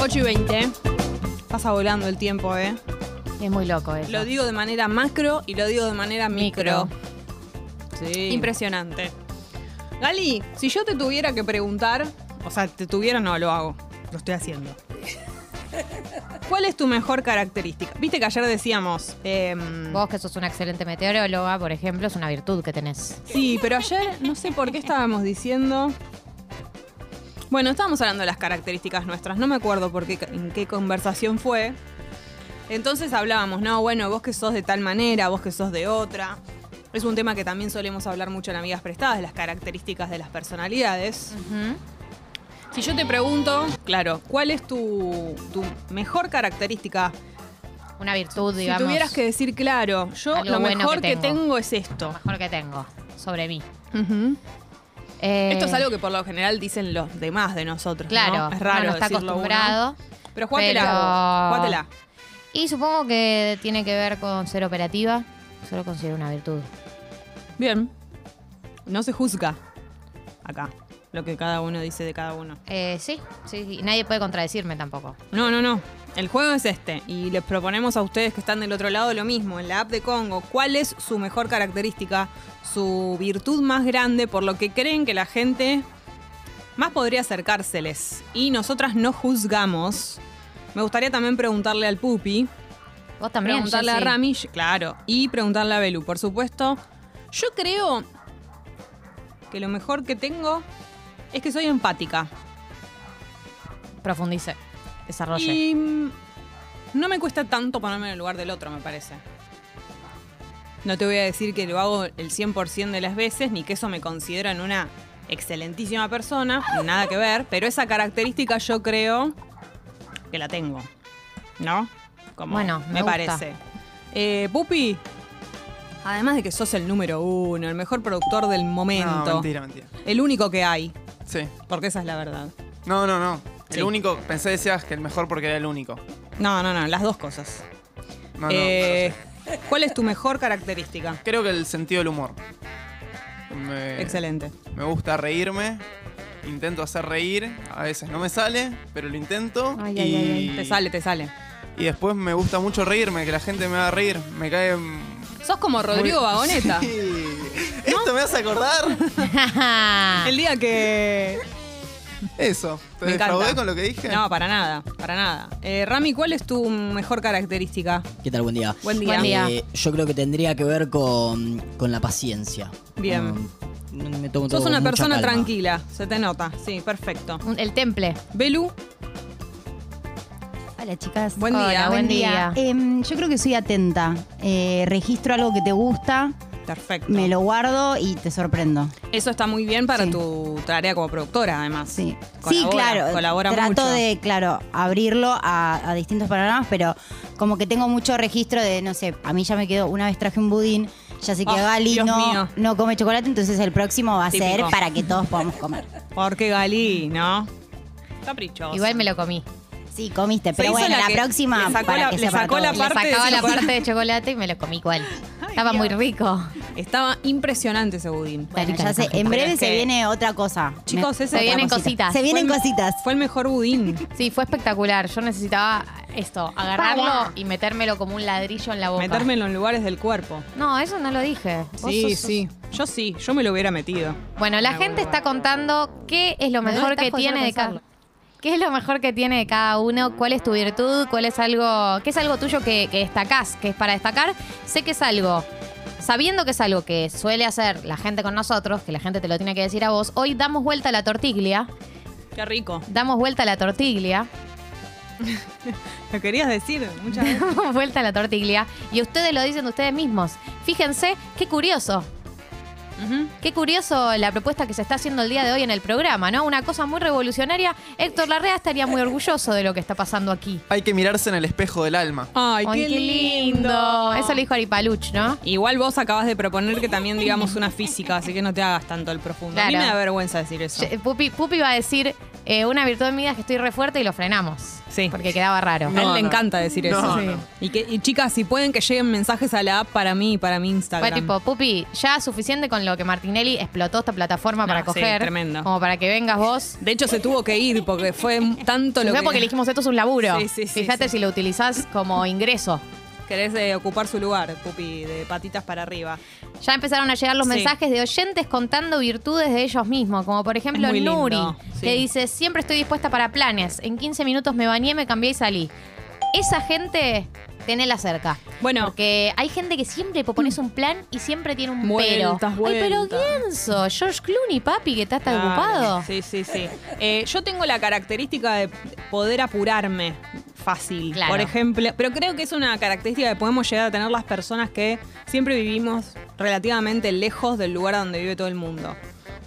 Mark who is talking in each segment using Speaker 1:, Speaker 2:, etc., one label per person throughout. Speaker 1: 8 y 20. Pasa volando el tiempo, ¿eh?
Speaker 2: Es muy loco eso.
Speaker 1: Lo digo de manera macro y lo digo de manera micro.
Speaker 3: Sí.
Speaker 1: Impresionante. Gali, si yo te tuviera que preguntar, o sea, te tuviera no lo hago, lo estoy haciendo. ¿Cuál es tu mejor característica? Viste que ayer decíamos. em,
Speaker 2: Vos que sos una excelente meteoróloga, por ejemplo, es una virtud que tenés.
Speaker 1: Sí, pero ayer no sé por qué estábamos diciendo. Bueno, estábamos hablando de las características nuestras. No me acuerdo por qué, en qué conversación fue. Entonces hablábamos, no, bueno, vos que sos de tal manera, vos que sos de otra. Es un tema que también solemos hablar mucho en Amigas Prestadas, las características de las personalidades. Si yo te pregunto, claro, ¿cuál es tu, tu mejor característica?
Speaker 2: Una virtud, digamos.
Speaker 1: si tuvieras que decir, claro, yo
Speaker 2: Algo
Speaker 1: lo
Speaker 2: bueno
Speaker 1: mejor
Speaker 2: que
Speaker 1: que, tengo.
Speaker 2: tengo.
Speaker 1: es
Speaker 2: Lo
Speaker 1: esto.
Speaker 2: mejor que tengo sobre mí.
Speaker 1: Ujú.
Speaker 2: Eh,
Speaker 1: Esto es algo que por lo general dicen los demás de nosotros.
Speaker 2: Claro,
Speaker 1: ¿no? Es raro
Speaker 2: uno no está
Speaker 1: decirlo uno.
Speaker 2: acostumbrado.
Speaker 1: Pero jugátela,
Speaker 2: pero-
Speaker 1: jugátela.
Speaker 2: Y supongo que tiene que ver con ser operativa. Solo considero una virtud.
Speaker 1: Bien. No se juzga acá lo que cada uno dice de cada uno.
Speaker 2: Eh, sí, sí, sí. Nadie puede contradecirme tampoco.
Speaker 1: No, no, no. El juego es este. Y les proponemos a ustedes que están del otro lado lo mismo. En la app de Congo, ¿cuál es su mejor característica? Su virtud más grande por lo que creen que la gente más podría acercárseles. Y nosotras no juzgamos. Me gustaría también preguntarle al Pupi.
Speaker 2: Vos también.
Speaker 1: preguntarle a
Speaker 2: Jessy.
Speaker 1: Ramish, claro, y preguntarle a Belu, por supuesto. Yo creo que lo mejor que tengo es que soy empática.
Speaker 2: Profundice. Desarrolle.
Speaker 1: Y mm, no me cuesta tanto ponerme en el lugar del otro, me parece. No te voy a decir que lo hago el 100% de las veces, ni que eso me considera en una excelentísima persona, nada que ver, pero esa característica yo creo que la tengo. ¿No? Como
Speaker 2: Bueno, me gusta.
Speaker 1: parece. Eh, Pupi, además de que sos el número uno, el mejor productor del
Speaker 3: No,
Speaker 1: momento,
Speaker 3: mentira, mentira.
Speaker 1: el único que hay,
Speaker 3: Sí.
Speaker 1: porque esa es la verdad.
Speaker 3: No, no, no.
Speaker 1: Sí.
Speaker 3: El único, pensé decías que el mejor porque era el único.
Speaker 1: No, no, no, las dos cosas.
Speaker 3: No, no,
Speaker 1: Eh, ¿Cuál es tu mejor característica?
Speaker 3: Creo que el sentido del humor. Me,
Speaker 1: Excelente.
Speaker 3: Me gusta reírme. Intento hacer reír. A veces no me sale, pero lo intento.
Speaker 2: Ay,
Speaker 3: y,
Speaker 2: ay, ay,
Speaker 1: Te sale, te sale.
Speaker 3: Y después me gusta mucho reírme, que la gente me haga reír. Me cae. mm,
Speaker 1: Sos como Rodrigo
Speaker 3: muy-
Speaker 1: Vagoneta.
Speaker 3: Sí. ¿Esto me hace acordar?
Speaker 1: El día que.
Speaker 3: Eso. ¿Te
Speaker 1: Me
Speaker 3: defraudé
Speaker 1: encanta.
Speaker 3: con lo que dije?
Speaker 1: No, para nada, para nada. Eh, Rami, ¿cuál es tu mejor característica?
Speaker 4: ¿Qué tal? Buen día.
Speaker 1: Buen día.
Speaker 2: Buen día.
Speaker 4: Eh, yo creo que tendría que ver con, con la paciencia.
Speaker 1: Bien.
Speaker 4: Mm, me tomo todo
Speaker 1: Sos
Speaker 4: con
Speaker 1: una
Speaker 4: mucha
Speaker 1: persona
Speaker 4: calma.
Speaker 1: tranquila, se te nota. Sí, perfecto.
Speaker 2: Un- El temple.
Speaker 1: Belu,
Speaker 5: Hola chicas.
Speaker 1: Buen
Speaker 2: Hola,
Speaker 1: día.
Speaker 2: buen día.
Speaker 5: Em, yo creo que soy atenta. Eh, registro algo que te gusta,
Speaker 1: perfecto.
Speaker 5: me lo guardo y te sorprendo.
Speaker 1: Eso está muy bien para
Speaker 5: Sí.
Speaker 1: tu tarea como productora, además.
Speaker 5: Sí, sí
Speaker 1: Colabora,
Speaker 5: claro.
Speaker 1: Colabora
Speaker 5: trato
Speaker 1: mucho.
Speaker 5: de, claro, abrirlo a, a distintos panoramas, pero como que tengo mucho registro de, no sé, a mí ya me quedó, una vez traje un budín, ya sé que
Speaker 1: Ah,
Speaker 5: Gali
Speaker 1: Dios mío.
Speaker 5: no, no come chocolate, entonces el próximo va a ser
Speaker 1: Típico.
Speaker 5: para que todos podamos comer.
Speaker 1: Porque Galí, ¿no? Caprichoso.
Speaker 2: Igual me lo comí.
Speaker 5: Sí, comiste,
Speaker 1: Se
Speaker 5: pero
Speaker 1: hizo
Speaker 5: bueno,
Speaker 1: la
Speaker 5: la,
Speaker 1: que
Speaker 5: próxima
Speaker 1: le sacó
Speaker 5: para
Speaker 1: la-
Speaker 5: que
Speaker 1: le
Speaker 5: sea para
Speaker 1: sacó la
Speaker 5: todos.
Speaker 2: Le
Speaker 1: Parte de
Speaker 2: sacaba la
Speaker 1: chocolate.
Speaker 2: parte de chocolate y me lo comí igual. Estaba muy rico.
Speaker 1: Estaba impresionante ese budín.
Speaker 5: Bueno,
Speaker 2: Rica
Speaker 5: ya
Speaker 2: la
Speaker 5: sé,
Speaker 2: cajita.
Speaker 5: en
Speaker 1: Pero
Speaker 5: breve
Speaker 1: es
Speaker 5: se
Speaker 1: que-
Speaker 5: viene otra cosa.
Speaker 1: Chicos, ese
Speaker 2: Se vienen cositas.
Speaker 5: Se vienen
Speaker 1: Fue el-
Speaker 5: cositas.
Speaker 1: Fue el mejor budín.
Speaker 2: Sí, fue espectacular. Yo necesitaba esto, agarrarlo y metérmelo como un ladrillo en la boca.
Speaker 1: Meterme en los lugares del cuerpo.
Speaker 2: No, eso no lo dije. Vos
Speaker 1: Sí,
Speaker 2: sos-
Speaker 1: sí. Yo sí, yo me lo hubiera metido.
Speaker 2: Bueno, la gente está contando qué es lo
Speaker 6: Me doy
Speaker 2: mejor que
Speaker 6: tajo solo
Speaker 2: tiene de cada
Speaker 6: pensarlo.
Speaker 2: ¿Qué es lo mejor que tiene de cada uno? ¿Cuál es tu virtud? ¿Cuál es algo, qué es algo tuyo que, que destacás, que es para destacar? Sé que es algo, sabiendo que es algo que suele hacer la gente con nosotros, que la gente te lo tiene que decir a vos, hoy damos vuelta a la tortiglia,
Speaker 1: Qué rico.
Speaker 2: damos vuelta a la tortiglia,
Speaker 1: Lo querías decir muchas veces.
Speaker 2: damos vuelta a la tortiglia, y ustedes lo dicen de ustedes mismos. Fíjense, qué curioso,
Speaker 1: Ujú.
Speaker 2: Qué curioso la propuesta que se está haciendo el día de hoy en el programa, ¿no? Una cosa muy revolucionaria. Héctor Larrea estaría muy orgulloso de lo que está pasando aquí.
Speaker 3: Hay que mirarse en el espejo del alma.
Speaker 1: Ay, qué, lindo.
Speaker 2: Eso lo dijo Aripaluch, ¿no?
Speaker 1: Igual vos acabas de proponer que también digamos una física, así que no te hagas tanto el profundo. A mí
Speaker 2: Claro.
Speaker 1: me da vergüenza decir eso.
Speaker 2: Yo- Pupi, Pupi va a decir eh, una virtud de mía es que estoy re fuerte y lo frenamos.
Speaker 1: Sí.
Speaker 2: Porque quedaba
Speaker 1: a
Speaker 2: raro.
Speaker 1: él
Speaker 3: No,
Speaker 1: le
Speaker 3: no.
Speaker 1: encanta decir
Speaker 3: No,
Speaker 1: eso.
Speaker 3: Sí. no.
Speaker 1: Y, que, y chicas, si pueden que lleguen mensajes a la app para mí y para mi Instagram.
Speaker 2: Fue tipo, Pupi, ya suficiente con lo que Martinelli explotó esta plataforma para
Speaker 1: sí,
Speaker 2: coger.
Speaker 1: tremendo.
Speaker 2: Como para que vengas vos.
Speaker 1: De hecho, se tuvo que ir porque fue tanto lo
Speaker 2: Fue
Speaker 1: que...
Speaker 2: porque le dijimos esto es un laburo.
Speaker 1: Sí, sí, sí,
Speaker 2: Fíjate
Speaker 1: sí.
Speaker 2: si lo utilizás como ingreso.
Speaker 1: Querés eh, ocupar su lugar, pupi, de patitas para arriba.
Speaker 2: Ya empezaron a llegar los
Speaker 1: Sí.
Speaker 2: mensajes de oyentes contando virtudes de ellos mismos, como por ejemplo
Speaker 1: Es muy lindo,
Speaker 2: Nuri,
Speaker 1: sí.
Speaker 2: que dice, siempre estoy dispuesta para planes, en 15 minutos me bañé, me cambié y salí. Esa gente, tenela cerca.
Speaker 1: Bueno,
Speaker 2: Porque hay gente que siempre pones un plan y siempre tiene un
Speaker 1: Vueltas,
Speaker 2: pero. Ay, pero
Speaker 1: vueltas.
Speaker 2: ¿quién sos? George Clooney, papi, que está tan
Speaker 1: Claro,
Speaker 2: ocupado.
Speaker 1: Sí, sí, sí. Eh, yo tengo la característica de poder apurarme fácil,
Speaker 2: Claro.
Speaker 1: por ejemplo. Pero creo que es una característica que podemos llegar a tener las personas que siempre vivimos relativamente lejos del lugar donde vive todo el mundo.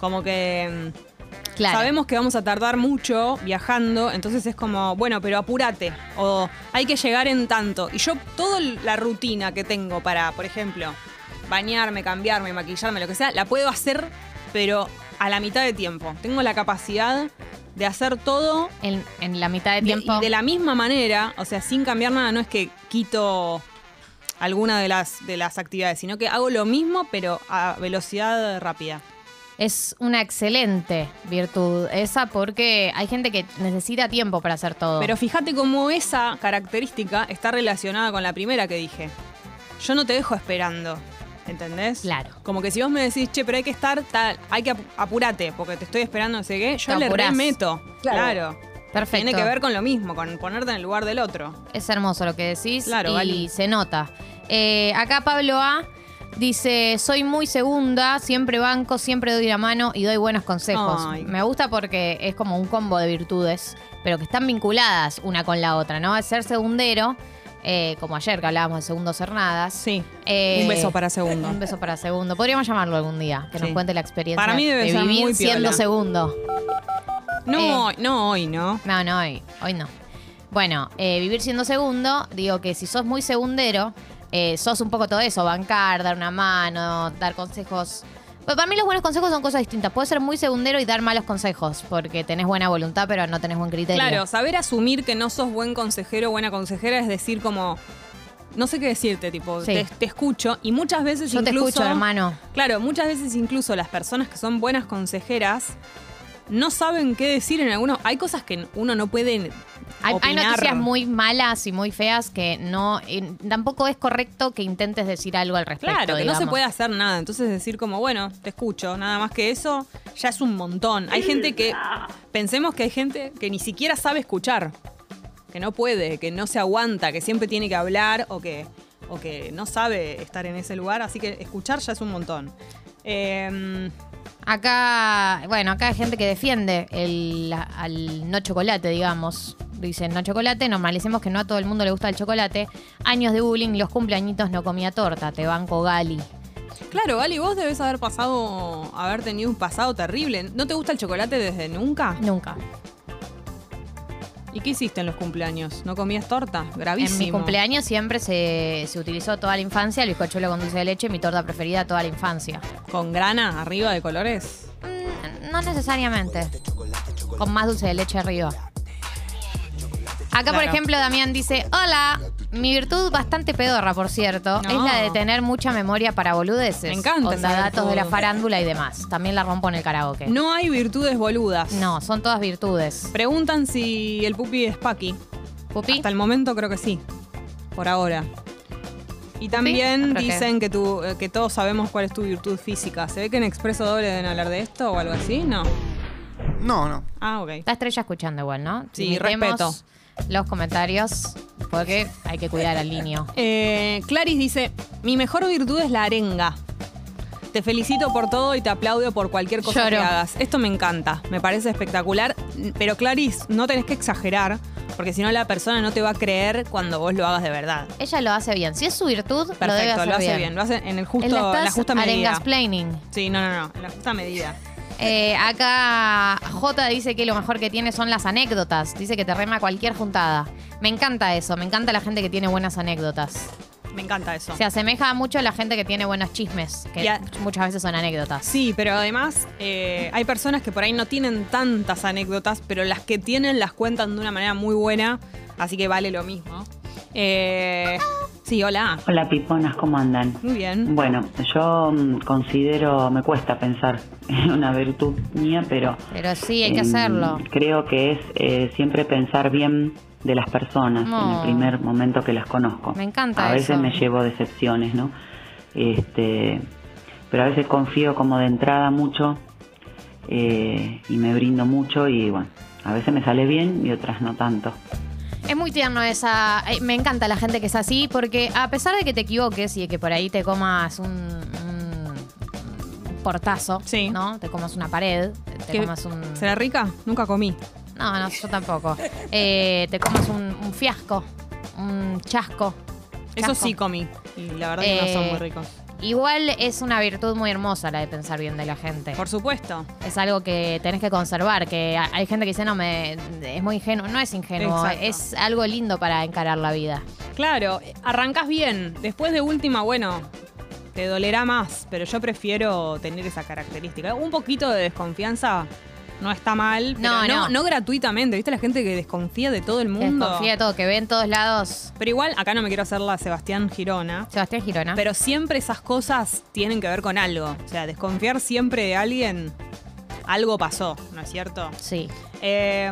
Speaker 1: Como que mm,
Speaker 2: Claro.
Speaker 1: sabemos que vamos a tardar mucho viajando, entonces es como, bueno, pero apúrate, o hay que llegar en tanto. Y yo toda la rutina que tengo para, por ejemplo, bañarme, cambiarme, maquillarme, lo que sea, la puedo hacer, pero a la mitad de tiempo. Tengo la capacidad de hacer todo
Speaker 2: En, en la mitad de
Speaker 1: de-
Speaker 2: tiempo.
Speaker 1: y de la misma manera, o sea, sin cambiar nada, no es que quito alguna de las, de las actividades, sino que hago lo mismo, pero a velocidad rápida.
Speaker 2: Es una excelente virtud esa porque hay gente que necesita tiempo para hacer todo.
Speaker 1: Pero fíjate cómo esa característica está relacionada con la primera que dije. Yo no te dejo esperando. ¿Entendés?
Speaker 2: Claro.
Speaker 1: Como que si vos me decís, che, pero hay que estar tal, hay que ap- apurate, porque te estoy esperando, no sé qué, yo
Speaker 2: Te
Speaker 1: le
Speaker 2: apurás.
Speaker 1: remeto. Claro.
Speaker 2: Perfecto.
Speaker 1: Tiene que ver con lo mismo, con ponerte en el lugar del otro.
Speaker 2: Es hermoso lo que decís
Speaker 1: Claro,
Speaker 2: y
Speaker 1: Gali.
Speaker 2: se nota. Eh, acá Pablo A dice, soy muy segunda, siempre banco, siempre doy la mano y doy buenos consejos.
Speaker 1: Ay.
Speaker 2: Me gusta porque es como un combo de virtudes, pero que están vinculadas una con la otra, ¿no? Es ser segundero, eh, como ayer que hablábamos de segundos cernadas.
Speaker 1: Sí.
Speaker 2: Eh,
Speaker 1: un beso para segundo.
Speaker 2: Un beso para segundo. Podríamos llamarlo algún día, que nos
Speaker 1: Sí.
Speaker 2: cuente la experiencia
Speaker 1: Para mí debe
Speaker 2: de
Speaker 1: ser
Speaker 2: vivir
Speaker 1: muy piola.
Speaker 2: siendo segundo. eh.
Speaker 1: No, no hoy, ¿no?
Speaker 2: No, no, hoy, hoy no. Bueno, eh, vivir siendo segundo, digo que si sos muy segundero, eh, sos un poco todo eso, bancar, dar una mano, dar consejos. Pero para mí los buenos consejos son cosas distintas. Puedes ser muy segundero y dar malos consejos, porque tenés buena voluntad, pero no tenés buen criterio.
Speaker 1: Claro, saber asumir que no sos buen consejero o buena consejera es decir como, no sé qué decirte, tipo,
Speaker 2: Sí.
Speaker 1: te, te escucho y muchas veces
Speaker 2: Yo te
Speaker 1: incluso...
Speaker 2: escucho, hermano.
Speaker 1: Claro, muchas veces incluso las personas que son buenas consejeras no saben qué decir en algunos. Hay cosas que uno no puede.
Speaker 2: Hay, hay
Speaker 1: opinar.
Speaker 2: noticias muy malas y muy feas que no. y tampoco es correcto que intentes decir algo al respecto.
Speaker 1: Claro, que no se
Speaker 2: digamos.
Speaker 1: puede hacer nada. Entonces decir como, bueno, te escucho, nada más que eso, ya es un montón. Hay gente que. Pensemos que hay gente que ni siquiera sabe escuchar. Que no puede, que no se aguanta, que siempre tiene que hablar o que, o que no sabe estar en ese lugar. Así que escuchar ya es un montón. Em,
Speaker 2: Acá, bueno, acá hay gente que defiende el al no chocolate, digamos. Dicen no chocolate, normalicemos que no a todo el mundo le gusta el chocolate. Años de bullying, los cumpleañitos no comía torta, te banco Gali.
Speaker 1: Claro, Gali, vos debes haber pasado, haber tenido un pasado terrible. ¿No te gusta el chocolate desde nunca?
Speaker 2: Nunca.
Speaker 1: ¿Y qué hiciste en los cumpleaños? ¿No comías torta? Gravísimo.
Speaker 2: En mi cumpleaños siempre se, se utilizó toda la infancia, el bizcochuelo con dulce de leche, mi torta preferida toda la infancia.
Speaker 1: ¿Con grana arriba de colores?
Speaker 2: Mm, No necesariamente. Con más dulce de leche arriba. Acá, por
Speaker 1: Claro.
Speaker 2: ejemplo, Damián dice, hola, mi virtud bastante pedorra, por cierto,
Speaker 1: No.
Speaker 2: es la de tener mucha memoria para boludeces.
Speaker 1: Me encanta
Speaker 2: Onda,
Speaker 1: esa
Speaker 2: datos de la
Speaker 1: virtud.
Speaker 2: farándula y demás. También la rompo en el karaoke.
Speaker 1: No hay virtudes boludas.
Speaker 2: No, son todas virtudes.
Speaker 1: Preguntan si el pupi es Paki.
Speaker 2: Pupi,
Speaker 1: Hasta el momento creo que sí. Por ahora. Y también
Speaker 2: Creo que-
Speaker 1: dicen que, tu- eh, que todos sabemos cuál es tu virtud física. ¿Se ve que en Expreso Doble deben hablar de esto o algo así? No.
Speaker 3: No, no.
Speaker 1: Ah, ok.
Speaker 2: está estrella escuchando igual, ¿no?
Speaker 1: Sí,
Speaker 2: Limitemos
Speaker 1: respeto.
Speaker 2: Los comentarios, porque hay que cuidar al niño.
Speaker 1: Eh, Claris dice, mi mejor virtud es la arenga. Te felicito por todo y te aplaudo por cualquier cosa
Speaker 2: Lloro.
Speaker 1: que hagas. Esto me encanta, me parece espectacular. Pero Claris, no tenés que exagerar, porque si no la persona no te va a creer cuando vos lo hagas de verdad.
Speaker 2: Ella lo hace bien. Si es su virtud, lo debe
Speaker 1: Perfecto,
Speaker 2: hacer
Speaker 1: lo, hace bien. lo hace en el justo,
Speaker 2: Él la
Speaker 1: la,
Speaker 2: estás
Speaker 1: justa medida.
Speaker 2: arengasplaining.
Speaker 1: Sí, no, no, no, en la justa medida.
Speaker 2: Eh, acá J dice que lo mejor que tiene son las anécdotas. Dice que te rema cualquier juntada. Me encanta eso, me encanta la gente que tiene buenas anécdotas.
Speaker 1: Me encanta eso.
Speaker 2: Se asemeja mucho a la gente que tiene buenos chismes, que
Speaker 1: Y a-
Speaker 2: muchas veces son anécdotas.
Speaker 1: Sí, pero además eh, hay personas que por ahí no tienen tantas anécdotas, pero las que tienen las cuentan de una manera muy buena Así que vale lo mismo. Eh, sí, hola.
Speaker 6: Hola piponas, ¿cómo andan?
Speaker 1: Muy bien.
Speaker 6: Bueno, yo mm, considero, me cuesta pensar en una virtud mía, pero...
Speaker 2: Pero sí, hay que
Speaker 6: em,
Speaker 2: hacerlo.
Speaker 6: Creo que es eh, siempre pensar bien de las personas en
Speaker 2: Oh.
Speaker 6: el primer momento que las conozco.
Speaker 2: Me encanta
Speaker 6: A veces
Speaker 2: eso.
Speaker 6: me llevo decepciones, ¿no? Este, pero a veces confío como de entrada mucho eh, y me brindo mucho y bueno, a veces me sale bien y otras no tanto.
Speaker 2: Es muy tierno esa. eh, Me encanta la gente que es así, porque a pesar de que te equivoques y de que por ahí te comas un, un portazo,
Speaker 1: Sí.
Speaker 2: ¿no? Te comas una pared, te
Speaker 1: ¿Qué?
Speaker 2: comas un.
Speaker 1: ¿Será rica? Nunca comí.
Speaker 2: No, no, yo tampoco. Eh, te comas un, un fiasco, un chasco.
Speaker 1: Eso
Speaker 2: Chasco.
Speaker 1: sí comí. Y la verdad que no son
Speaker 2: Eh,
Speaker 1: muy ricos.
Speaker 2: Igual es una virtud muy hermosa la de pensar bien de la gente.
Speaker 1: Por supuesto.
Speaker 2: es algo que tenés que conservar, que ha- hay gente que dice, no, me, es muy ingenuo. No es ingenuo,
Speaker 1: Exacto.
Speaker 2: es algo lindo para encarar la vida.
Speaker 1: Claro, arrancás bien. Después de última, bueno, te dolerá más, pero yo prefiero tener esa característica. Un poquito de desconfianza no está mal. pero
Speaker 2: No,
Speaker 1: no,
Speaker 2: no.
Speaker 1: no gratuitamente. ¿Viste la gente que desconfía de todo el mundo?
Speaker 2: Desconfía de todo, que ve en todos lados.
Speaker 1: Pero igual, acá no me quiero hacer la Sebastián Girona.
Speaker 2: Sebastián Girona.
Speaker 1: Pero siempre esas cosas tienen que ver con algo. O sea, desconfiar siempre de alguien, algo pasó, ¿no es cierto?
Speaker 2: sí.
Speaker 1: Eh,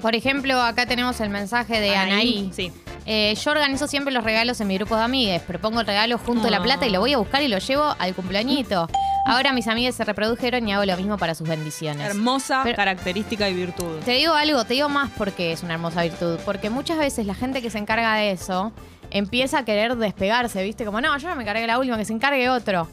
Speaker 2: Por ejemplo, acá tenemos el mensaje de Anaí.
Speaker 1: Sí.
Speaker 2: Eh, yo organizo siempre los regalos en mi grupo de amigues. Propongo el regalo junto a la
Speaker 1: Ah.
Speaker 2: plata y lo voy a buscar y lo llevo al cumpleañito. Ahora mis amigues se reprodujeron y hago lo mismo para sus bendiciones.
Speaker 1: Hermosa
Speaker 2: Pero-
Speaker 1: característica y virtud.
Speaker 2: Te digo algo, te digo más porque es una hermosa virtud. Porque muchas veces la gente que se encarga de eso empieza a querer despegarse, ¿viste? Como, no, yo no me encargué la última, que se encargue otro.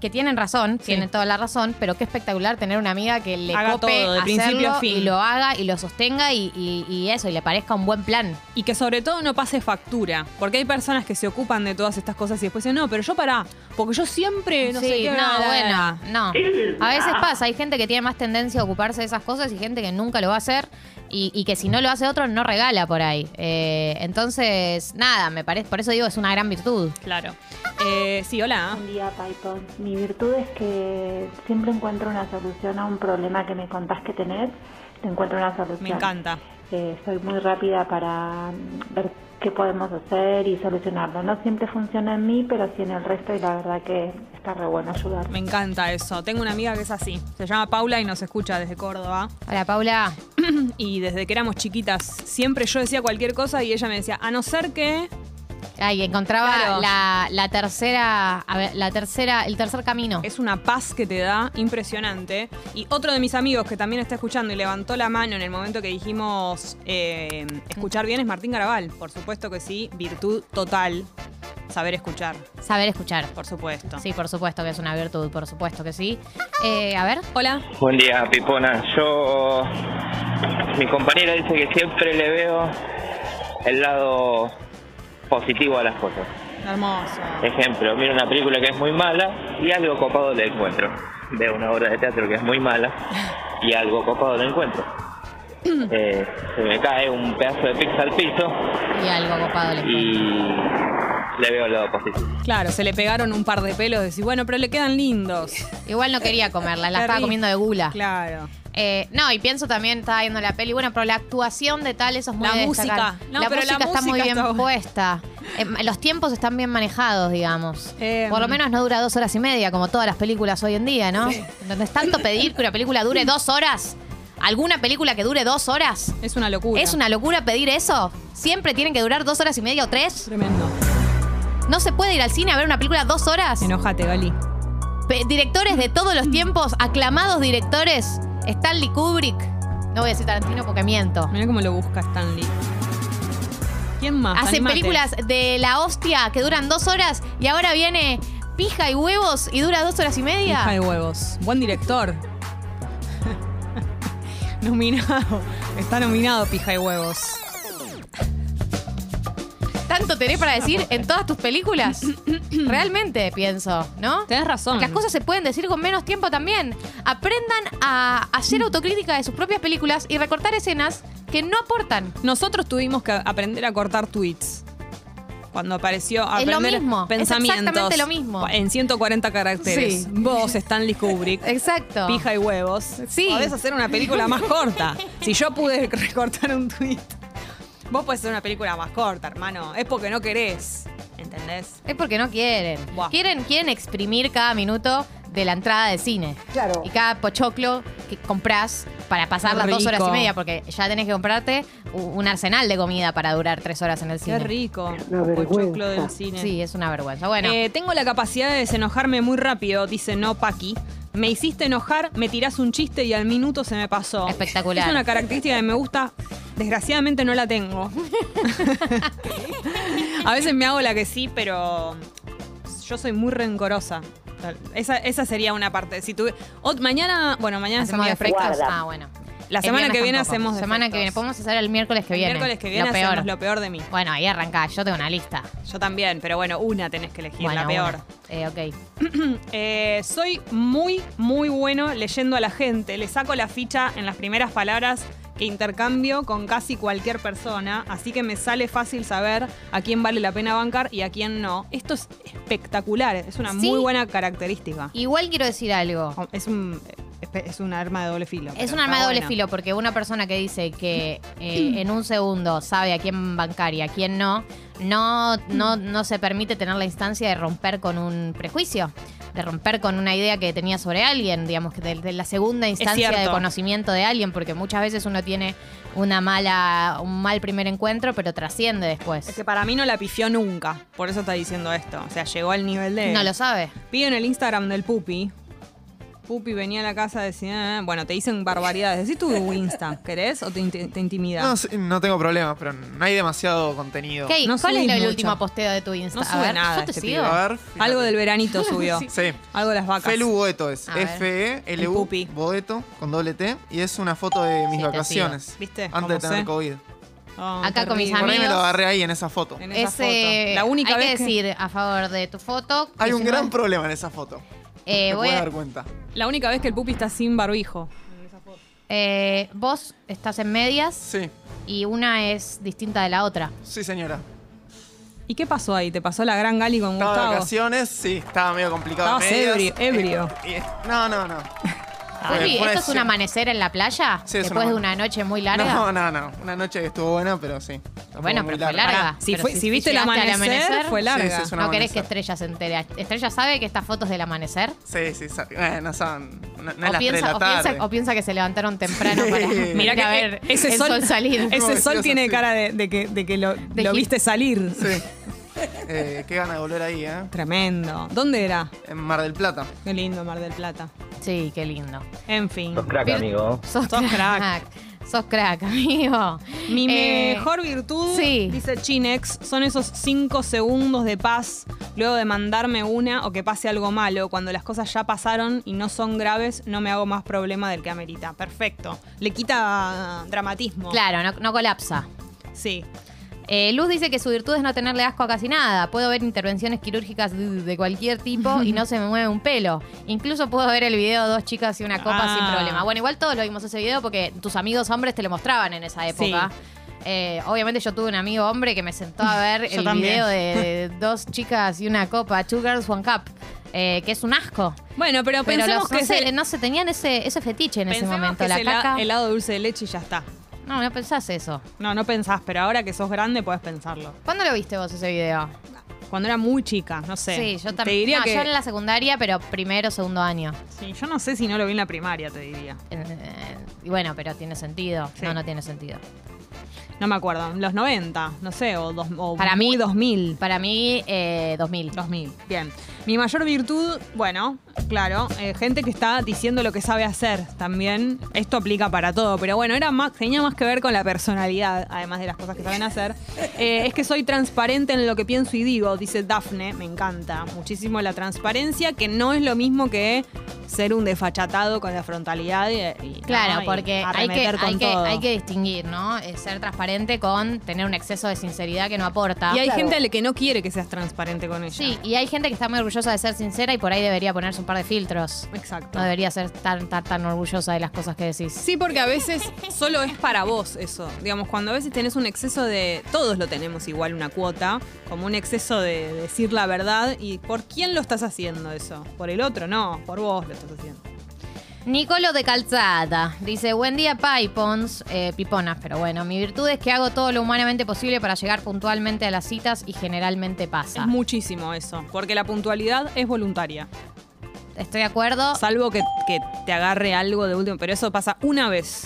Speaker 2: Que tienen razón, tienen toda la razón, pero qué espectacular tener una amiga que le
Speaker 1: Haga
Speaker 2: cope
Speaker 1: todo, de principio
Speaker 2: hacerlo
Speaker 1: a fin.
Speaker 2: y lo haga y lo sostenga y, y- y eso, y le parezca un buen plan.
Speaker 1: Y que sobre todo no pase factura, porque hay personas que se ocupan de todas estas cosas y después dicen, no, pero yo pará, porque yo siempre, no
Speaker 2: sí,
Speaker 1: sé qué...
Speaker 2: no,
Speaker 1: bla, bla,
Speaker 2: bueno,
Speaker 1: bla".
Speaker 2: no. A veces pasa, hay gente que tiene más tendencia a ocuparse de esas cosas y gente que nunca lo va a hacer y, y que si no lo hace otro no regala por ahí. Eh, entonces, nada, me parece, por eso digo, es una gran virtud.
Speaker 1: Claro. Eh, sí, hola.
Speaker 7: Buen día, Python. Mi virtud es que siempre encuentro una solución a un problema que me contás que tenés. Te encuentro una solución.
Speaker 1: Me encanta.
Speaker 7: Eh, soy muy rápida para mm, ver qué podemos hacer y solucionarlo. No siempre funciona en mí, pero sí en el resto y la verdad que está re bueno ayudar.
Speaker 1: Me encanta eso. Tengo una amiga que es así. Se llama Paula y nos escucha desde Córdoba.
Speaker 2: Hola, Paula.
Speaker 1: Y desde que éramos chiquitas, siempre yo decía cualquier cosa y ella me decía, a no ser que...
Speaker 2: Ay, encontraba
Speaker 1: Claro.
Speaker 2: la, la tercera, a ver, la tercera, el tercer camino.
Speaker 1: Es una paz que te da impresionante. Y otro de mis amigos que también está escuchando y levantó la mano en el momento que dijimos eh, escuchar bien es Martín Garabal. Por supuesto que sí, virtud total. Saber escuchar,
Speaker 2: Saber escuchar.
Speaker 1: por supuesto.
Speaker 2: Sí, por supuesto que es una virtud, por supuesto que sí. Eh, a ver,
Speaker 1: Hola.
Speaker 8: Buen día, Pipona. Yo. Mi compañera dice que siempre le veo el lado positivo a las cosas.
Speaker 1: Hermoso.
Speaker 8: Ejemplo, miro una película que es muy mala y algo copado le encuentro. Veo una obra de teatro que es muy mala y algo copado le encuentro. Eh, se me cae un pedazo de pizza al piso
Speaker 2: y algo copado le encuentro.
Speaker 8: y le veo el lado positivo.
Speaker 1: Claro, se le pegaron un par de pelos. Decís, bueno, pero le quedan lindos.
Speaker 2: Igual no quería comerla, la
Speaker 1: Qué
Speaker 2: estaba
Speaker 1: rico.
Speaker 2: comiendo de gula.
Speaker 1: Claro.
Speaker 2: Eh, no, y pienso también, estaba viendo la peli, bueno, pero la actuación de tal, eso es muy
Speaker 1: La
Speaker 2: de
Speaker 1: música.
Speaker 2: destacar.
Speaker 1: No,
Speaker 2: la
Speaker 1: pero la
Speaker 2: música está muy
Speaker 1: música
Speaker 2: bien
Speaker 1: está buena.
Speaker 2: puesta. Eh, los tiempos están bien manejados, digamos.
Speaker 1: Eh,
Speaker 2: Por lo menos no dura dos horas y media, como todas las películas hoy en día, ¿no? Donde es tanto pedir que una película dure dos horas. ¿Alguna película que dure dos horas?
Speaker 1: Es una locura.
Speaker 2: ¿Es una locura pedir eso? ¿Siempre tienen que durar dos horas y media o tres?
Speaker 1: Tremendo.
Speaker 2: ¿No se puede ir al cine a ver una película dos horas?
Speaker 1: Enojate, Gali.
Speaker 2: Pe- directores de todos los tiempos, aclamados directores. Stanley Kubrick. No voy a decir Tarantino porque miento.
Speaker 1: Mirá cómo lo busca Stanley. ¿Quién más?
Speaker 2: Hacen
Speaker 1: Animate.
Speaker 2: películas de la hostia que duran dos horas y ahora viene pija y huevos y dura dos horas y media.
Speaker 1: Hija de huevos. Buen director. nominado. Está nominado Pija de Huevos.
Speaker 2: ¿Tanto tenés para decir en todas tus películas? Realmente, pienso, ¿no?
Speaker 1: Tenés razón.
Speaker 2: Las cosas se pueden decir con menos tiempo también. Aprendan a hacer autocrítica de sus propias películas y recortar escenas que no aportan.
Speaker 1: Nosotros tuvimos que aprender a cortar tweets. Cuando apareció
Speaker 2: Es lo
Speaker 1: aprender
Speaker 2: mismo, es
Speaker 1: pensamientos.
Speaker 2: exactamente lo mismo.
Speaker 1: En 140 caracteres.
Speaker 2: Sí.
Speaker 1: Vos, Stanley Kubrick.
Speaker 2: Exacto.
Speaker 1: Pija y huevos.
Speaker 2: Sí.
Speaker 1: Podés hacer una película más corta. Si yo pude recortar un tweet. Vos puedes hacer una película más corta, hermano. Es porque no querés. ¿Entendés?
Speaker 2: Es porque no quieren.
Speaker 1: Buah.
Speaker 2: Quieren quieren exprimir cada minuto de la entrada de cine.
Speaker 9: Claro.
Speaker 2: Y cada pochoclo que compras para pasar las
Speaker 1: Qué
Speaker 2: dos horas y
Speaker 1: rico.
Speaker 2: media, porque ya tenés que comprarte u- un arsenal de comida para durar tres horas en el cine.
Speaker 1: Qué rico.
Speaker 9: Una vergüenza.
Speaker 1: Pochoclo del cine.
Speaker 2: Sí, es una vergüenza. Bueno,
Speaker 1: Eh, tengo la capacidad de desenojarme muy rápido, dice no Paqui. Me hiciste enojar, me tirás un chiste y al minuto se me pasó.
Speaker 2: Espectacular.
Speaker 1: Es una característica que me gusta. Desgraciadamente no la tengo. A veces me hago la que sí, pero yo soy muy rencorosa. Esa, esa sería una parte. Si tuve, ot- mañana, bueno, mañana
Speaker 2: hacemos
Speaker 1: hacemos defectos.
Speaker 2: defectos.
Speaker 9: Guarda.
Speaker 2: Ah, bueno.
Speaker 1: La
Speaker 2: El
Speaker 1: semana que
Speaker 2: viernes
Speaker 1: viene
Speaker 2: tampoco.
Speaker 1: hacemos defectos.
Speaker 2: Semana que viene. Podemos hacer el miércoles que
Speaker 1: El
Speaker 2: viene.
Speaker 1: miércoles que viene
Speaker 2: Lo
Speaker 1: hacemos
Speaker 2: peor.
Speaker 1: lo peor de mí.
Speaker 2: Bueno, ahí arrancá. Yo tengo una lista.
Speaker 1: Yo también, pero bueno, una tenés que elegir,
Speaker 2: bueno,
Speaker 1: la peor.
Speaker 2: bueno. Eh, ok.
Speaker 1: Eh, soy muy, muy bueno leyendo a la gente. Le saco la ficha en las primeras palabras que intercambio con casi cualquier persona, así que me sale fácil saber a quién vale la pena bancar y a quién no. Esto es espectacular, es una
Speaker 2: Sí.
Speaker 1: muy buena característica.
Speaker 2: Igual quiero decir algo.
Speaker 1: Es un, eh, es un arma de doble filo.
Speaker 2: Es
Speaker 1: pero
Speaker 2: un arma de
Speaker 1: está
Speaker 2: doble
Speaker 1: buena.
Speaker 2: filo porque una persona que dice que eh, en un segundo sabe a quién bancar y a quién no, no, no, no se permite tener la instancia de romper con un prejuicio, de romper con una idea que tenía sobre alguien, digamos, que de, de la segunda instancia de
Speaker 1: cierto.
Speaker 2: conocimiento de alguien, porque muchas veces uno tiene una mala, un mal primer encuentro, pero trasciende después.
Speaker 1: Es que para mí no la pifió nunca, por eso está diciendo esto. O sea, llegó al nivel de...
Speaker 2: No lo sabe.
Speaker 1: Piden el Instagram del Pupi. Pupi venía a la casa y decía, "Ah", bueno, te dicen barbaridades. Decí tu Insta, ¿querés? ¿O te, inti- te intimida?
Speaker 3: No, sí, no tengo problemas, pero no hay demasiado contenido.
Speaker 2: Kate,
Speaker 1: No
Speaker 2: ¿cuál es
Speaker 1: subís
Speaker 2: lo- el
Speaker 1: mucho.
Speaker 2: último posteo de tu Insta?
Speaker 1: No
Speaker 2: a
Speaker 1: sube
Speaker 2: ver,
Speaker 1: nada
Speaker 2: yo te
Speaker 1: este
Speaker 2: sigo.
Speaker 1: pibe.
Speaker 3: A ver, fíjate.
Speaker 1: Algo del veranito subió.
Speaker 3: Sí.
Speaker 1: Algo de las vacas.
Speaker 3: Felu Boeto es.
Speaker 2: A ver.
Speaker 1: El pupi.
Speaker 3: F-E-L-U Boeto con doble T. Y es una foto de
Speaker 2: Sí,
Speaker 3: mis
Speaker 2: te
Speaker 3: vacaciones.
Speaker 1: ¿Viste?
Speaker 3: Antes
Speaker 1: Como
Speaker 3: de tener
Speaker 1: sé.
Speaker 3: COVID.
Speaker 1: Oh,
Speaker 2: Acá
Speaker 1: qué
Speaker 2: con mis
Speaker 1: horrible.
Speaker 3: Por ahí me
Speaker 2: Amigos.
Speaker 3: lo agarré ahí en esa foto.
Speaker 1: En esa
Speaker 2: Ese,
Speaker 1: foto. La única
Speaker 2: hay
Speaker 1: vez
Speaker 2: que
Speaker 1: que-
Speaker 2: decir a favor de tu foto.
Speaker 3: Hay un
Speaker 2: 19.
Speaker 3: gran problema en esa foto.
Speaker 2: Eh,
Speaker 3: Te
Speaker 2: voy
Speaker 3: puedes
Speaker 2: a-
Speaker 3: dar cuenta.
Speaker 1: La única vez que el Pupi está sin barbijo.
Speaker 2: eh, vos estás en medias
Speaker 3: Sí,
Speaker 2: y una es distinta de la otra.
Speaker 3: sí, señora.
Speaker 1: ¿Y qué pasó ahí? ¿Te pasó la gran Gali con
Speaker 3: Estaba de
Speaker 1: Gustavo?
Speaker 3: vacaciones, sí, estaba medio complicado.
Speaker 1: Estabas
Speaker 3: Medias,
Speaker 1: ebrio- ebrio.
Speaker 3: eh, eh, no, no, no. Fue-
Speaker 2: Juli,
Speaker 3: fue
Speaker 2: ¿esto es un
Speaker 3: ese-
Speaker 2: amanecer en la playa?
Speaker 3: Sí, es un
Speaker 2: después de
Speaker 3: amane-
Speaker 2: una noche muy larga.
Speaker 3: No, no, no. Una noche que estuvo buena, pero sí. Tampoco
Speaker 2: bueno,
Speaker 3: muy
Speaker 2: pero fue larga.
Speaker 1: Pará, si,
Speaker 2: Pero
Speaker 1: fue-
Speaker 2: si-
Speaker 1: si
Speaker 2: si
Speaker 1: viste el
Speaker 2: llegaste al
Speaker 1: amanecer,
Speaker 2: amanecer,
Speaker 1: fue larga.
Speaker 3: Sí, sí, es un
Speaker 2: ¿No querés que
Speaker 3: amanecer.
Speaker 2: Estrella se entere? ¿Estrella sabe que estas fotos del amanecer?
Speaker 3: Sí, sí, sa- eh, no saben. No, no es
Speaker 2: o,
Speaker 3: las tres de
Speaker 2: piensa,
Speaker 3: la
Speaker 2: o piensa-
Speaker 3: tarde.
Speaker 2: o piensa que se levantaron temprano
Speaker 3: Sí.
Speaker 2: para Mirá
Speaker 3: Mirá
Speaker 1: Mirá
Speaker 2: que a
Speaker 1: que
Speaker 2: ver
Speaker 1: e- ese
Speaker 2: el sol, salir.
Speaker 3: No,
Speaker 1: Ese sol
Speaker 3: Dios,
Speaker 1: tiene
Speaker 3: sí.
Speaker 1: cara de, de que, de que lo, lo
Speaker 2: hit.
Speaker 1: viste salir.
Speaker 3: Sí. Eh, qué gana de volver ahí, ¿eh?
Speaker 1: Tremendo. ¿Dónde era?
Speaker 3: En Mar del Plata.
Speaker 1: Qué lindo Mar del Plata.
Speaker 2: Sí, qué lindo.
Speaker 1: En fin.
Speaker 8: crack,
Speaker 2: Vir-
Speaker 8: amigo.
Speaker 2: Sos,
Speaker 1: Sos
Speaker 2: crack.
Speaker 1: crack.
Speaker 2: Sos crack, amigo.
Speaker 1: Mi
Speaker 2: Eh,
Speaker 1: mejor virtud,
Speaker 2: sí.
Speaker 1: dice Chinex, son esos cinco segundos de paz luego de mandarme una o que pase algo malo. Cuando las cosas ya pasaron y no son graves, no me hago más problema del que amerita. Perfecto. Le quita dramatismo.
Speaker 2: Claro, no, no colapsa.
Speaker 1: Sí.
Speaker 2: Eh, Luz dice que su virtud es no tenerle asco a casi nada. Puedo ver intervenciones quirúrgicas de, de cualquier tipo y no se me mueve un pelo. Incluso puedo ver el video de dos chicas y una copa
Speaker 1: Ah.
Speaker 2: sin problema. Bueno, igual todos lo vimos ese video porque tus amigos hombres te lo mostraban en esa época. Eh, obviamente yo tuve un amigo hombre que me sentó a ver
Speaker 1: Yo
Speaker 2: el
Speaker 1: también.
Speaker 2: video de, de dos chicas y una copa, Two Girls One Cup, eh, que es un asco.
Speaker 1: Bueno, pero,
Speaker 2: Pero
Speaker 1: pensemos
Speaker 2: los- no,
Speaker 1: que
Speaker 2: sé,
Speaker 1: se-
Speaker 2: no se tenían ese, ese fetiche en ese
Speaker 1: pensemos
Speaker 2: momento.
Speaker 1: que
Speaker 2: La
Speaker 1: se la-
Speaker 2: caca.
Speaker 1: helado dulce de leche y ya está.
Speaker 2: No, no pensás eso.
Speaker 1: No, no pensás, pero ahora que sos grande puedes pensarlo.
Speaker 2: ¿Cuándo lo viste vos ese video?
Speaker 1: Cuando era muy chica, no sé.
Speaker 2: Sí, yo
Speaker 1: Te
Speaker 2: también.
Speaker 1: diría
Speaker 2: no,
Speaker 1: que.
Speaker 2: yo en la secundaria, pero primero, segundo año.
Speaker 1: Sí, yo no sé si no lo vi en la primaria, te diría.
Speaker 2: Eh, y bueno, pero tiene sentido.
Speaker 1: Sí.
Speaker 2: No, no tiene sentido.
Speaker 1: No me acuerdo. Los 90, no sé, o, dos, o
Speaker 2: Para
Speaker 1: muy
Speaker 2: mí-
Speaker 1: 2000.
Speaker 2: Para mí, eh, 2000.
Speaker 1: 2000. Bien. Mi mayor virtud, bueno, claro, eh, gente que está diciendo lo que sabe hacer también. Esto aplica para todo, pero bueno, era más, tenía más que ver con la personalidad, además de las cosas que saben hacer. Eh, es que soy transparente en lo que pienso y digo, dice Dafne, me encanta muchísimo la transparencia, que no es lo mismo que ser un desfachatado con la frontalidad y, y,
Speaker 2: Claro,
Speaker 1: ¿no? y
Speaker 2: porque hay que,
Speaker 1: arremeter con
Speaker 2: hay, que,
Speaker 1: todo.
Speaker 2: hay que distinguir, ¿no? Eh, ser transparente con tener un exceso de sinceridad que no aporta.
Speaker 1: Y hay
Speaker 9: Claro.
Speaker 1: gente a la que no quiere que seas transparente con ella.
Speaker 2: sí, y hay gente que está muy orgullosa de ser sincera y por ahí debería ponerse un par de filtros.
Speaker 1: Exacto.
Speaker 2: No debería ser tan, tan, tan orgullosa de las cosas que decís.
Speaker 1: Sí, porque a veces solo es para vos eso. Digamos, cuando a veces tenés un exceso de. Todos lo tenemos igual, una cuota, como un exceso de decir la verdad. ¿Y por quién lo estás haciendo eso? ¿Por el otro? No, por vos lo estás haciendo.
Speaker 2: Nicolo de Calzada dice, buen día Pipons, eh, piponas, pero bueno, mi virtud es que hago todo lo humanamente posible para llegar puntualmente a las citas y generalmente pasa.
Speaker 1: Es muchísimo eso, porque la puntualidad es voluntaria.
Speaker 2: Estoy de acuerdo.
Speaker 1: Salvo que, que te agarre algo de último, pero eso pasa una vez.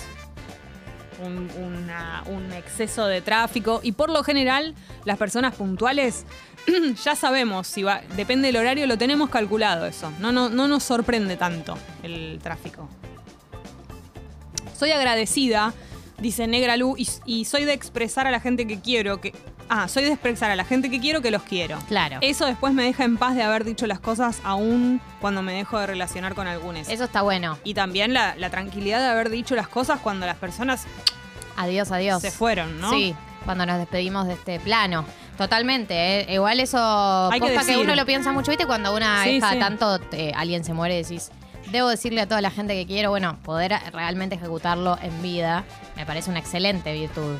Speaker 1: Un, una- un exceso de tráfico. Y por lo general, las personas puntuales ya sabemos si va. Depende del horario, lo tenemos calculado eso. No, no, no nos sorprende tanto el tráfico. Soy agradecida, dice Negra Lu, y, y soy de expresar a la gente que quiero que. Ah, soy de expresar a la gente que quiero que los quiero.
Speaker 2: Claro.
Speaker 1: Eso después me deja en paz de haber dicho las cosas aún cuando me dejo de relacionar con algunos.
Speaker 2: Eso está bueno.
Speaker 1: Y también la, la tranquilidad de haber dicho las cosas cuando las personas
Speaker 2: Adiós, adiós.
Speaker 1: se fueron, ¿no?
Speaker 2: Sí, cuando nos despedimos de este plano. Totalmente, ¿eh? igual eso
Speaker 1: Hay que
Speaker 2: posta que,
Speaker 1: decir.
Speaker 2: uno lo piensa mucho, ¿viste? Cuando una
Speaker 1: Sí,
Speaker 2: vez cada
Speaker 1: sí.
Speaker 2: tanto eh, alguien se muere decís, debo decirle a toda la gente que quiero, bueno, poder realmente ejecutarlo en vida, me parece una excelente virtud.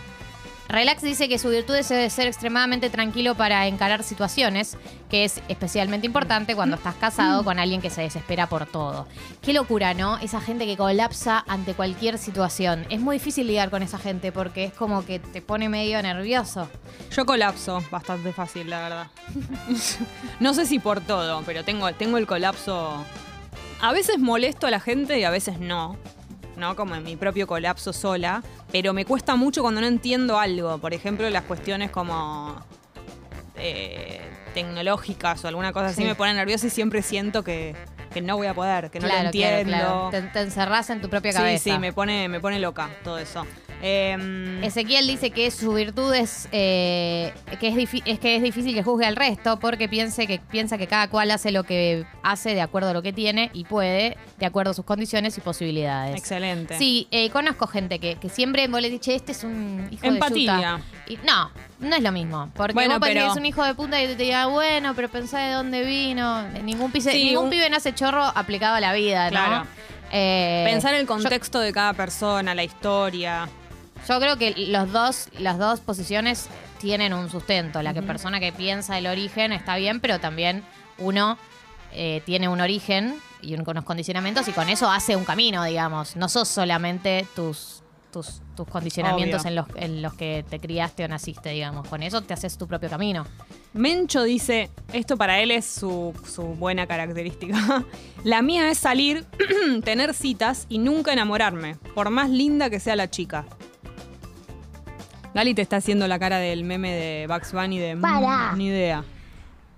Speaker 2: Relax dice que su virtud es eh, ser extremadamente tranquilo para encarar situaciones, que es especialmente importante cuando estás
Speaker 1: Mm.
Speaker 2: casado con alguien que se desespera por todo. Qué locura, ¿no? Esa gente que colapsa ante cualquier situación. Es muy difícil lidiar con esa gente porque es como que te pone medio nervioso.
Speaker 1: Yo colapso bastante fácil, la verdad. no sé si por todo, pero tengo, tengo el colapso. A veces molesto a la gente y a veces no. ¿No? Como en mi propio colapso sola. Pero me cuesta mucho cuando no entiendo algo. Por ejemplo, las cuestiones como. eh, tecnológicas o alguna cosa así
Speaker 2: Sí.
Speaker 1: me pone nerviosa y siempre siento que, que no voy a poder, que no lo entiendo.
Speaker 2: Te, te encerrás en tu propia
Speaker 1: Sí,
Speaker 2: cabeza.
Speaker 1: sí, me pone, me pone loca todo eso. Eh,
Speaker 2: Ezequiel dice que su virtud es, eh, que es, difi- es que es difícil que juzgue al resto porque piense que, piensa que cada cual hace lo que hace de acuerdo a lo que tiene y puede de acuerdo a sus condiciones y posibilidades.
Speaker 1: Excelente.
Speaker 2: Sí, eh, conozco gente que, que siempre vos le dices, este es un hijo
Speaker 1: Empatía.
Speaker 2: de yuta". Y no, no es lo mismo. Porque
Speaker 1: Bueno,
Speaker 2: vos pensás
Speaker 1: pero-
Speaker 2: que es un hijo de puta y te diga, bueno, pero pensá de dónde vino. Ningún, pibe,
Speaker 1: Sí,
Speaker 2: ningún
Speaker 1: un-
Speaker 2: pibe nace chorro aplicado a la vida, ¿no?
Speaker 1: Claro.
Speaker 2: Eh,
Speaker 1: Pensar el
Speaker 2: yo-
Speaker 1: contexto de cada persona, la historia.
Speaker 2: yo creo que los dos, las dos posiciones tienen un sustento. La que persona que piensa el origen está bien, pero también uno eh, tiene un origen y un- unos condicionamientos y con eso hace un camino, digamos. No sos solamente tus tus, tus condicionamientos
Speaker 1: Obvio.
Speaker 2: en los, en los que te criaste o naciste, digamos. Con eso te haces tu propio camino.
Speaker 1: Mencho dice, esto para él es su, su buena característica. la mía es salir, tener citas y nunca enamorarme, por más linda que sea la chica. Gali te está haciendo la cara del meme de Bugs Bunny de... "Mm, Ni idea.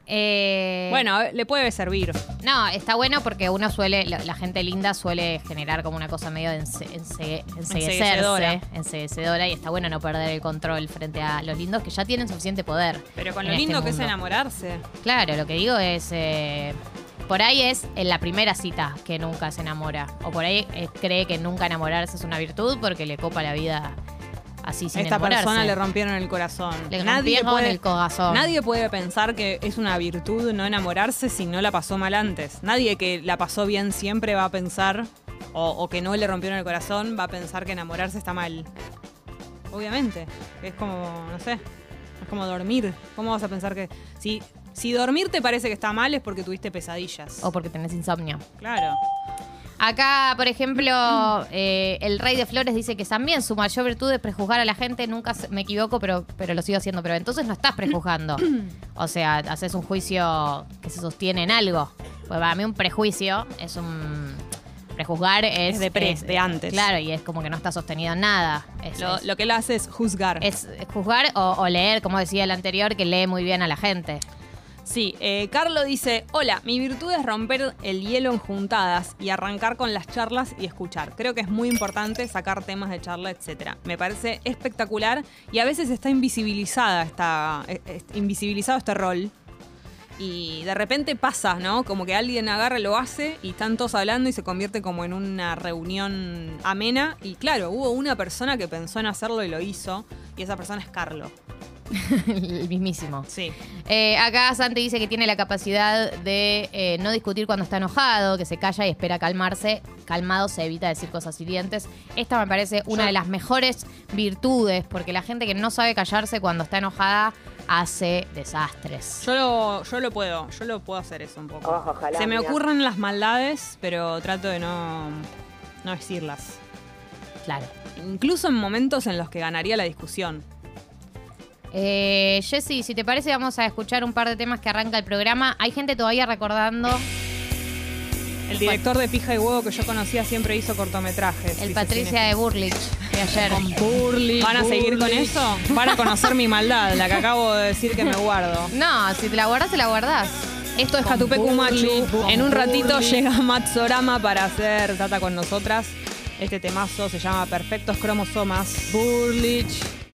Speaker 2: Eh,
Speaker 1: Bueno, a ver, le puede servir.
Speaker 2: No, está bueno porque uno suele, la, la gente linda suele generar como una cosa medio de ence- ence- enseguecerse,
Speaker 1: Enseguecedora.
Speaker 2: enseguecedora, y está bueno no perder el control frente a los lindos que ya tienen suficiente poder.
Speaker 1: Pero con lo
Speaker 2: en este
Speaker 1: lindo que es
Speaker 2: mundo.
Speaker 1: enamorarse.
Speaker 2: Claro, lo que digo es, eh, por ahí es en la primera cita que nunca se enamora, o por ahí eh, cree que nunca enamorarse es una virtud porque le copa la vida así sin
Speaker 1: Esta
Speaker 2: enamorarse.
Speaker 1: persona le rompieron el corazón.
Speaker 2: Le rompieron el corazón.
Speaker 1: Nadie puede pensar que es una virtud no enamorarse si no la pasó mal antes. Nadie que la pasó bien siempre va a pensar, o, o que no le rompieron el corazón, va a pensar que enamorarse está mal. Obviamente. Es como, no sé, es como dormir. ¿Cómo vas a pensar que... Si, si dormir te parece que está mal es porque tuviste pesadillas.
Speaker 2: O porque tenés insomnio.
Speaker 1: Claro.
Speaker 2: Acá, por ejemplo, eh, el rey de flores dice que también su mayor virtud es prejuzgar a la gente. Nunca se- me equivoco, pero, pero lo sigo haciendo. Pero entonces no estás prejuzgando. O sea, haces un juicio que se sostiene en algo. Pues para mí un prejuicio es un... Prejuzgar es...
Speaker 1: Es de pre, de antes.
Speaker 2: Claro, y es como que no está sostenido en nada. Es-
Speaker 1: Lo,
Speaker 2: es-
Speaker 1: lo que él hace es juzgar.
Speaker 2: es juzgar o, o leer, como decía el anterior, que lee muy bien a la gente.
Speaker 1: Sí, eh, Carlo dice, hola, mi virtud es romper el hielo en juntadas y arrancar con las charlas y escuchar. Creo que es muy importante sacar temas de charla, etc. Me parece espectacular y a veces está invisibilizada esta, eh, eh, invisibilizado este rol. Y de repente pasa, ¿no? Como que alguien agarra, lo hace y están todos hablando y se convierte como en una reunión amena. Y claro, hubo una persona que pensó en hacerlo y lo hizo. Y esa persona es Carlo.
Speaker 2: el mismísimo.
Speaker 1: Sí.
Speaker 2: Eh, acá Santi dice que tiene la capacidad de eh, no discutir cuando está enojado, que se calla y espera calmarse. Calmado se evita decir cosas hirientes. Esta me parece una de las mejores virtudes, porque la gente que no sabe callarse cuando está enojada hace desastres.
Speaker 1: Yo lo, yo lo puedo, yo lo puedo hacer eso un poco. Se me ocurren las maldades, pero trato de no, no decirlas.
Speaker 2: Claro.
Speaker 1: Incluso en momentos en los que ganaría la discusión.
Speaker 2: Eh, Jessy, si te parece, vamos a escuchar un par de temas que arranca el programa. Hay gente todavía recordando
Speaker 1: El director de Pija y Huevo que yo conocía siempre hizo cortometrajes.
Speaker 2: el
Speaker 1: dice
Speaker 2: Patricia
Speaker 1: Cine.
Speaker 2: de Burlich de ayer.
Speaker 1: ¿Van a seguir con eso? Van a conocer mi maldad, la que acabo de decir que me guardo.
Speaker 2: No, si te la guardás, te la guardás.
Speaker 1: Esto es Jatupe Kumachu. En un ratito llega Matsorama para hacer data con nosotras. Este temazo se llama Perfectos Cromosomas. Burlich.